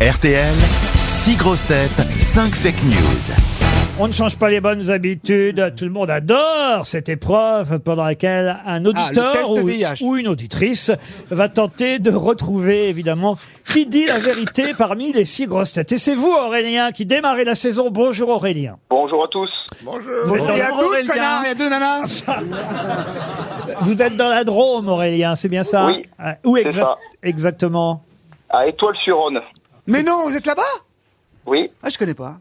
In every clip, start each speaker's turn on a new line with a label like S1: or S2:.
S1: RTL, 6 grosses têtes, 5 fake news.
S2: On ne change pas les bonnes habitudes. Tout le monde adore cette épreuve pendant laquelle un auditeur
S3: Ah, test de
S2: ou,
S3: VIH.
S2: ou une auditrice va tenter de retrouver, évidemment, qui dit la vérité parmi les six grosses têtes. Et c'est vous, Aurélien, qui démarrez la saison. Bonjour, Aurélien.
S4: Bonjour à tous.
S2: Vous êtes
S3: Il y a
S2: dans,
S3: deux connards, il y a deux nanas.
S2: vous êtes dans la Drôme, Aurélien, c'est bien ça
S4: Oui,
S2: Ah, Où
S4: c'est
S2: exa-
S4: ça.
S2: exactement
S4: À Étoile-sur-Rhône.
S3: Mais non, vous êtes là-bas
S4: Oui.
S3: Ah, je connais pas.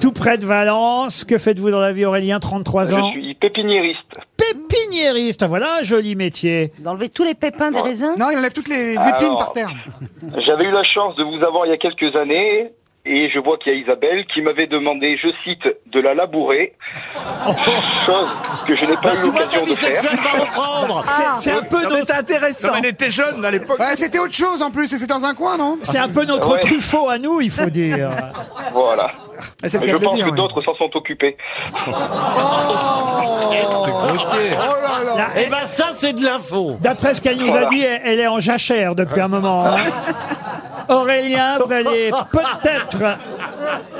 S2: Tout près de Valence. Que faites-vous dans la vie, Aurélien 33 ans
S4: Je suis pépiniériste.
S2: Pépiniériste. Ah, Voilà un joli métier.
S5: D'enlever tous les pépins des raisins
S3: Non, il enlève toutes les
S4: Alors.
S3: épines par terre.
S4: J'avais eu la chance de vous avoir il y a quelques années. Et je vois qu'il y a Isabelle qui m'avait demandé, je cite, de la labourer. Chose que je n'ai pas eu l'occasion de faire.
S2: C'est- C'est un peu notre-
S6: Non, mais elle était jeune à l'époque.
S3: Ouais, c'était autre chose en plus, et c'était dans un coin, non
S2: c'est un peu notre
S4: Ouais.
S2: Truffaut à nous, il faut dire.
S4: Voilà.
S3: Ah, C'est le
S4: Et
S3: cas
S4: je
S3: de le
S4: pense
S3: dire,
S4: que
S3: ouais.
S4: d'autres s'en sont occupés.
S3: Oh là là.
S2: Là,
S7: Eh ben ça, c'est de l'info.
S2: D'après ce qu'elle nous a
S4: Voilà.
S2: dit, elle elle est en jachère depuis un moment. hein. Aurélien, vous allez peut-être,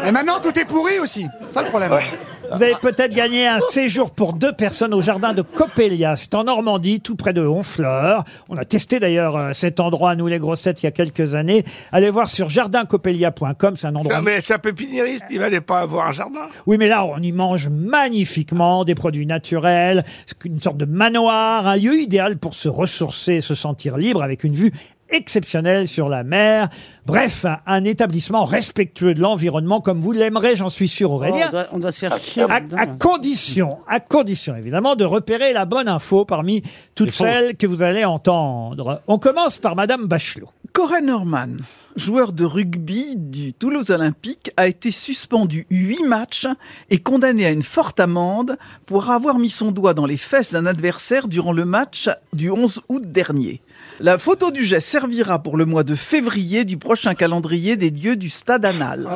S3: Et maintenant, tout est pourri aussi. C'est ça le problème.
S2: vous allez peut-être gagner un séjour pour deux personnes au jardin de Coppelia. C'est en Normandie, tout près de Honfleur. On a testé d'ailleurs euh, cet endroit, nous les grossettes, il y a quelques années. Allez voir sur jardincoppelia.com, c'est un endroit.
S6: Ça, mais c'est un pépiniériste, il n'allait pas avoir un jardin.
S2: Oui, mais là, on y mange magnifiquement des produits naturels, une sorte de manoir, un lieu idéal pour se ressourcer et se sentir libre avec une vue exceptionnelle sur la mer. Bref, un, un établissement respectueux de l'environnement comme vous l'aimerez, j'en suis sûr,
S5: Oh,
S2: Aurélien.
S5: on, doit, on doit se faire chier.
S2: À,
S5: là-dedans,
S2: à
S5: là.
S2: condition, à condition évidemment de repérer la bonne info parmi toutes celles que vous allez entendre. On commence par Madame Bachelot.
S8: Cora Norman, joueur de rugby du Toulouse Olympique, a été suspendu huit matchs et condamné à une forte amende pour avoir mis son doigt dans les fesses d'un adversaire durant le match du 11 août dernier. La photo du geste servira pour le mois de février du prochain calendrier des dieux du stade anal.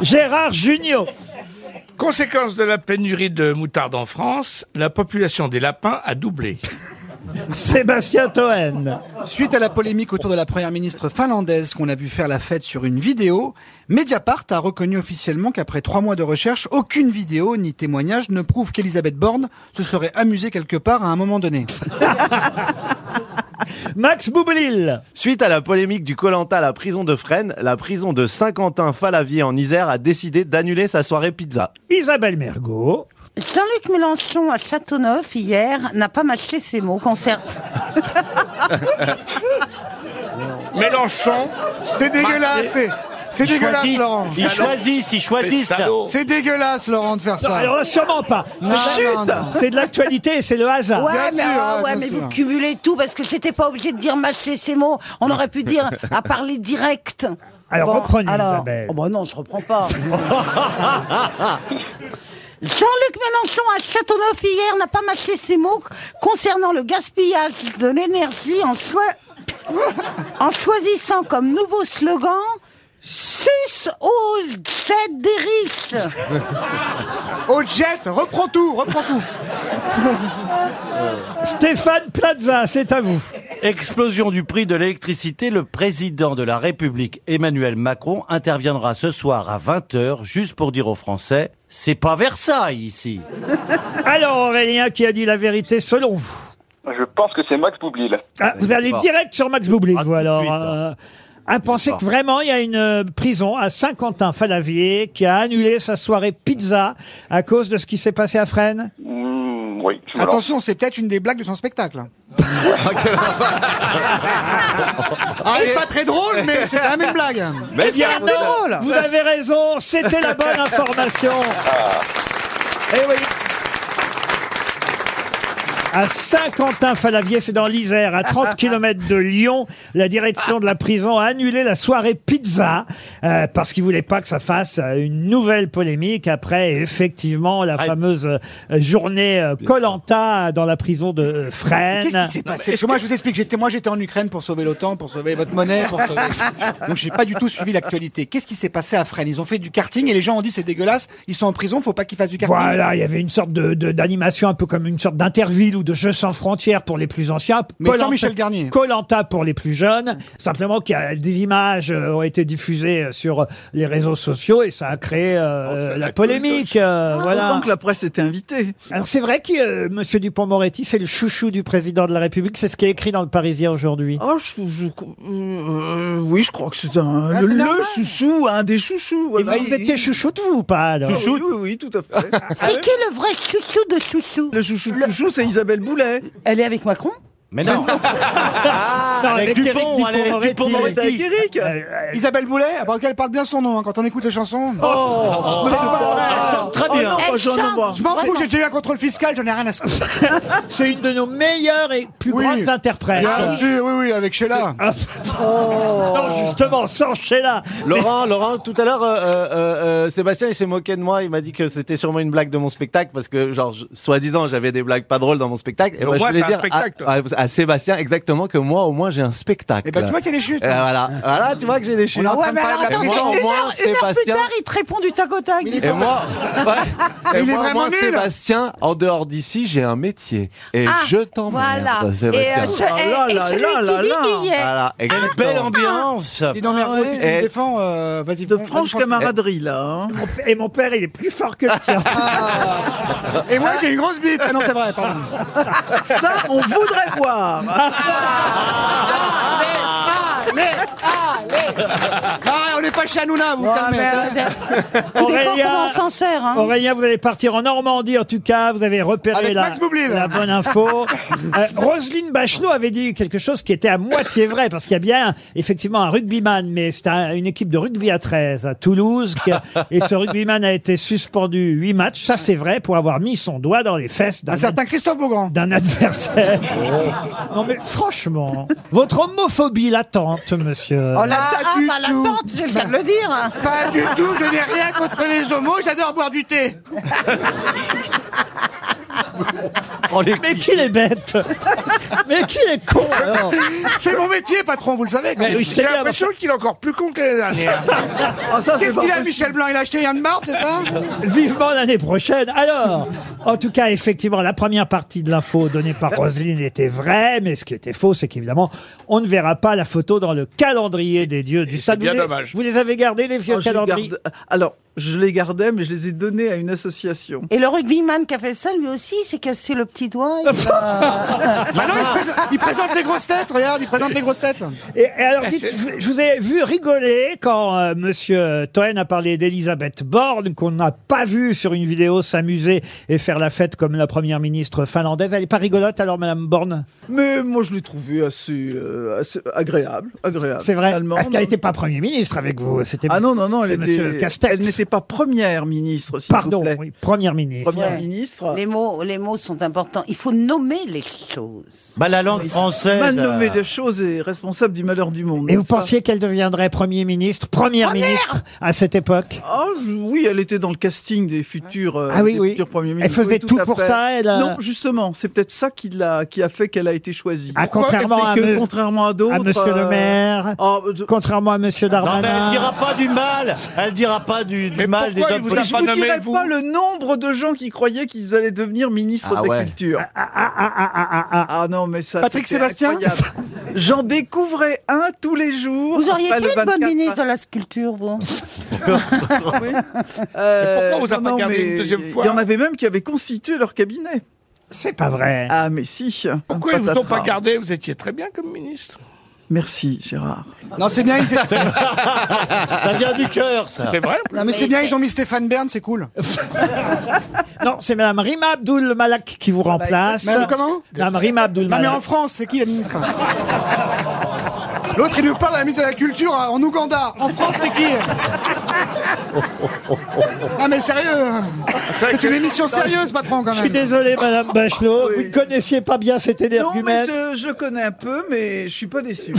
S2: Gérard Junior.
S6: Conséquence de la pénurie de moutarde en France, la population des lapins a doublé.
S2: Sébastien Toen.
S3: Suite à la polémique autour de la première ministre finlandaise qu'on a vu faire la fête sur une vidéo, Mediapart a reconnu officiellement qu'après trois mois de recherche, aucune vidéo ni témoignage ne prouve qu'Elisabeth Borne se serait amusée quelque part à un moment donné.
S2: Max Boublil.
S9: Suite à la polémique du Colanta à la prison de Fresnes, la prison de Saint-Quentin-Falavier en Isère a décidé d'annuler sa soirée pizza.
S2: Isabelle Mergot.
S5: Jean-Luc Mélenchon à Châteauneuf, hier, n'a pas mâché ses mots. Cancer.
S6: Mélenchon,
S3: C'est dégueulasse, c'est, c'est dégueulasse, Laurent.
S7: Ils choisissent, ils
S6: les
S7: choisissent.
S6: salauds.
S3: C'est dégueulasse, Laurent, de faire
S2: Non,
S3: ça.
S2: alors là, sûrement pas. C'est-
S3: non, non.
S2: C'est de l'actualité et c'est le hasard.
S5: Ouais,
S3: Bien
S5: mais,
S3: sûr,
S5: ah,
S3: ouais,
S5: ouais,
S3: bien
S5: mais
S3: sûr.
S5: vous cumulez tout parce que j'étais pas obligé de dire mâcher ses mots. On aurait pu dire à parler direct.
S2: Alors, reprenez, Isabelle.
S5: Oh, bah non, je reprends pas. Jean-Luc Mélenchon à Châteauneuf hier n'a pas mâché ses mots concernant le gaspillage de l'énergie en, choi- en choisissant comme nouveau slogan Sus au jet des riches.
S3: Au jet, reprends tout, reprends tout.
S2: Stéphane Plaza, c'est à vous.
S7: Explosion du prix de l'électricité. Le président de la République, Emmanuel Macron, interviendra ce soir à 20h juste pour dire aux Français, c'est pas Versailles ici.
S2: Alors, Aurélien, qui a dit la vérité selon vous
S4: Je pense que c'est Max Boublil.
S2: Ah, Vous allez direct sur Max Boublil,
S7: Ah,
S2: vous,
S7: tout de
S2: alors.
S7: suite,
S2: euh, à penser que vraiment, il y a une euh, prison à Saint-Quentin-Falavier qui a annulé sa soirée pizza à cause de ce qui s'est passé à Fresnes
S4: Mmh, oui. voilà.
S3: Attention, c'est peut-être une des blagues de son spectacle. ah, elle est pas très drôle, mais c'est quand même une blague.
S2: Eh bien, non, Vous avez raison, c'était la bonne information.
S3: Ah.
S2: Eh oui. À Saint-Quentin-Falavier, c'est dans l'Isère, à 30 km de Lyon, la direction de la prison a annulé la soirée pizza euh, parce qu'ils voulaient pas que ça fasse euh, une nouvelle polémique après effectivement la
S7: Ah,
S2: fameuse euh, journée euh, Colanta dans la prison de euh,
S3: Qu'est-ce
S2: Fresnes.
S3: qui s'est passé Parce que moi, je vous explique. J'étais, moi, j'étais en Ukraine pour sauver l'OTAN, pour sauver votre monnaie, pour sauver... donc j'ai pas du tout suivi l'actualité. Qu'est-ce qui s'est passé à Fresnes Ils ont fait du karting et les gens ont dit c'est dégueulasse. Ils sont en prison, faut pas qu'ils fassent du karting.
S2: Voilà, il y avait une sorte de de- d'animation un peu comme une sorte d'interville où ou de Jeux sans frontières pour les plus anciens.
S3: Mais sans
S2: Koh-Lanta-
S3: Michel Garnier.
S2: Colanta pour les plus jeunes. Simplement qu'il y a des images euh, ont été diffusées euh, sur les réseaux sociaux et ça a créé euh, la polémique. euh, voilà.
S8: Autant que la presse était invitée.
S2: Alors c'est vrai que euh, Monsieur Dupont-Moretti, c'est le chouchou du président de la République. C'est ce qui est écrit dans le Parisien aujourd'hui.
S8: Oh, je, je- euh, oui, je crois que c'est un,
S3: Ah,
S8: le,
S3: c'est
S8: le
S3: normal.
S8: chouchou, un des chouchous.
S2: Et
S8: voilà.
S2: vous, vous étiez chouchou de vous ou pas alors
S8: Ah, oui, oui, oui, tout à fait. Ah,
S5: C'est qui le vrai chouchou de chouchou
S8: le chouchou, de chouchou, c'est Isabelle Boulet.
S5: Elle est avec Macron
S7: Mais non,
S2: Non,
S7: avec
S2: Ah, Éric
S7: Dupont, allez, avec
S2: Dupond-Moretti.
S7: Dupond-Moretti.
S8: T'es avec Eric.
S2: Euh,
S3: Isabelle Boulet, à part qu'elle parle bien son nom hein, quand on écoute les chansons.
S8: C'est pas vrai.
S7: Ah, très
S8: Oh
S7: bien.
S8: non,
S5: Elle
S8: pas Jean
S5: chante.
S8: Aubin.
S3: je m'en fous, j'ai déjà eu un contrôle fiscal, j'en ai rien à se foutre.
S2: C'est une de nos meilleures et plus
S3: Oui. Ah,
S2: grandes interprètes.
S3: Bien sûr, oui, oui, avec Sheila.
S2: Non, justement, sans Sheila.
S9: Laurent, Laurent, tout à l'heure, euh, euh, euh, Sébastien, il s'est moqué de moi. Il m'a dit que c'était sûrement une blague de mon spectacle parce que, genre, je- soi-disant, j'avais des blagues pas drôles dans mon spectacle. Et
S6: au
S9: moi, je
S6: moins,
S9: voulais
S6: t'as un
S9: dire
S6: spectacle,
S9: à, à- à Sébastien exactement que moi, au moins, j'ai un spectacle.
S3: Et ben tu vois qu'il y a des chutes.
S9: Euh, voilà. voilà, tu vois que j'ai des
S3: On
S9: chutes.
S3: est en
S5: Ouais,
S3: train de
S5: mais alors
S3: parler de
S5: attends,
S9: Et
S5: une
S3: la
S9: moi,
S5: heure,
S9: au
S5: une
S9: moins,
S5: heure plus
S9: Sébastien-
S5: tard, il te répond du tac au tac.
S9: Et moi, ouais. Et
S3: Il est
S9: moi,
S3: vraiment
S9: moi,
S3: nul.
S9: Sébastien, en dehors d'ici, j'ai un métier. Et
S5: Ah,
S9: je t'emmerde,
S5: Voilà. Et, euh,
S9: Sébastien.
S5: ce-
S8: Ah là
S5: et- et
S8: là
S5: celui
S8: là là là.
S5: qui dit qu'il y a-
S9: Voilà,
S7: Une belle
S9: exactement.
S7: ambiance.
S3: Ah, Dis donc, Mergo, si tu
S9: Et-
S3: me défends, euh, vas-y.
S8: De
S3: prends-
S8: franche
S3: prends-
S8: camaraderie, là. hein.
S2: Mon p- Et mon père, il est plus fort que le tien.
S3: Ah, Et moi, j'ai une grosse bite. Ah non, c'est vrai, pardon.
S8: Ça, on voudrait voir.
S3: Ah, on n'est pas chez Hanouna, vous
S5: Ah,
S3: calmez.
S5: mais, euh, Tout dépend comment on s'en sert. hein.
S2: Aurélien, vous allez partir en Normandie, en tout cas. Vous avez repéré
S3: Avec
S2: la,
S3: Max Boublil.
S2: la bonne info. Euh, Roselyne Bachelot avait dit quelque chose qui était à moitié vrai, parce qu'il y a bien, effectivement, un rugbyman, mais c'est un- une équipe de rugby à 13 à Toulouse. qui a- et ce rugbyman a été suspendu 8 matchs, ça c'est vrai, pour avoir mis son doigt dans les fesses d'un
S3: Un certain Christophe Beaugrand.
S2: d'un adversaire. Non mais franchement, votre homophobie latente, monsieur.
S5: Oh, la,
S3: Pas
S5: ah,
S3: du
S5: bah, la
S3: tout.
S5: pente, j'ai le cas de le dire.
S3: Pas du tout, je n'ai rien contre les homos, j'adore boire du thé.
S7: Oh, les
S2: Mais qu'il est bête Mais qu'il est con alors
S3: C'est mon métier, patron, vous le savez.
S2: Mais oui, c'est
S6: J'ai
S2: bien,
S6: l'impression qu'il est encore plus con que l'année dernière.
S8: Ah, ça, c'est
S3: Qu'est-ce
S8: pas
S3: qu'il a,
S8: possible.
S3: Michel Blanc Il a acheté Yann Barthes, c'est ça
S2: Vivement l'année prochaine. Alors, en tout cas, effectivement, la première partie de l'info donnée par Roselyne était vraie, mais ce qui était faux, c'est qu'évidemment, on ne verra pas la photo dans le calendrier des dieux du stade.
S6: bien
S2: vous les-
S6: dommage.
S2: Vous les avez gardés, les vieux
S8: Ah, je les
S2: calendriers
S8: garde- Alors, je les gardais, mais je les ai donnés à une association.
S5: Et le rugbyman qui a fait ça, lui aussi, il s'est cassé le petit doigt. il va-
S3: Bah non, il, présente- il présente les grosses têtes, regarde, il présente les grosses têtes.
S2: Et, et alors,
S7: Eh,
S2: dites, je- je vous ai vu rigoler quand euh, Monsieur Toen a parlé d'Elisabeth Borne, qu'on n'a pas vu sur une vidéo s'amuser et faire la fête comme la première ministre finlandaise. Elle n'est pas rigolote alors, Madame Borne
S8: Mais moi, je l'ai trouvé assez, euh, assez agréable. agréable
S2: C'est vrai
S8: Finalement,
S2: Parce qu'elle
S8: non.
S2: n'était pas Premier ministre avec vous. C'était
S8: Ah non, non, non, elle,
S2: c'était Monsieur
S8: était-
S2: Castex.
S8: elle n'était pas première ministre, s'il vous
S2: Pardon,
S8: plaît.
S2: oui, Première ministre.
S8: Première
S5: Ouais.
S8: ministre.
S5: les, mots, les mots sont importants. Il faut nommer les choses.
S7: Bah, la langue française.
S8: Mal nommée
S7: euh,
S8: des choses et responsable du malheur du monde.
S2: Et vous
S8: n'est-ce pas
S2: pensiez qu'elle deviendrait Premier ministre, Première, ministre à cette époque
S8: Ah je- oui, elle était dans le casting des futurs, euh,
S2: Ah oui,
S8: des
S2: oui.
S8: futurs premiers
S2: Elle
S8: ministres.
S2: faisait
S8: Oui,
S2: tout
S8: à
S2: pour
S8: fait.
S2: ça, elle euh, a-
S8: Non, justement, c'est peut-être ça qui l'a, qui a fait qu'elle a été choisie.
S2: Ah, contrairement à
S8: C'est que,
S2: me-
S8: contrairement à d'autres,
S2: À Monsieur le
S8: euh,
S2: maire
S8: ah, je-
S2: Contrairement à Monsieur
S7: Ah, Non, mais
S2: Darmanin
S7: elle dira pas du mal. Elle dira pas du,
S6: ben,
S7: du
S6: Mais
S7: mal des
S6: pourquoi
S7: hommes
S6: il vous a
S8: je
S7: politiques.
S6: pas
S8: vous
S6: nommé,
S8: dirai
S6: vous
S8: pas le nombre de gens qui croyaient qu'ils allaient devenir ministre
S7: Ah
S8: de la
S7: ouais.
S8: culture.
S2: Ah, ah, ah, ah, ah, ah, ah.
S8: Ah non, mais ça.
S3: Patrick
S8: c'était
S3: Sébastien
S8: incroyable. J'en découvrais un tous les jours.
S5: Vous auriez
S8: Pas
S5: été
S8: le hein.
S5: une bonne
S8: 24,
S5: ministre de la sculpture, vous.
S8: oui. Euh,
S6: pourquoi vous a
S8: non,
S6: pas gardé
S8: mais
S6: une deuxième fois
S8: Il y en avait même qui avaient constitué leur cabinet.
S2: C'est pas vrai.
S8: Ah, mais si.
S6: Pourquoi ils vous ont pas
S8: Patatras.
S6: gardé Vous étiez très bien comme ministre.
S8: Merci, Gérard.
S3: Non, c'est bien, ils,
S7: Ça vient du cœur, ça.
S6: C'est vrai
S3: non, mais c'est bien, ils ont mis Stéphane Bern, c'est cool.
S2: Non, c'est Madame Rima Abdul Malak qui vous remplace.
S3: Madame comment
S2: Madame Rima Abdul
S3: Non, mais en
S2: Malak.
S3: France, c'est qui la ministre L'autre, il nous parle de la ministre de la Culture hein, en Ouganda. En France, c'est qui Ah, mais sérieux C'est une émission sérieuse, patron, quand
S2: Je suis
S3: même.
S2: désolé, Madame Bachelot, vous
S8: Oui.
S2: ne connaissiez pas bien cet
S8: Non, mais
S2: énergumène.
S8: je, je connais un peu, mais je suis pas déçu.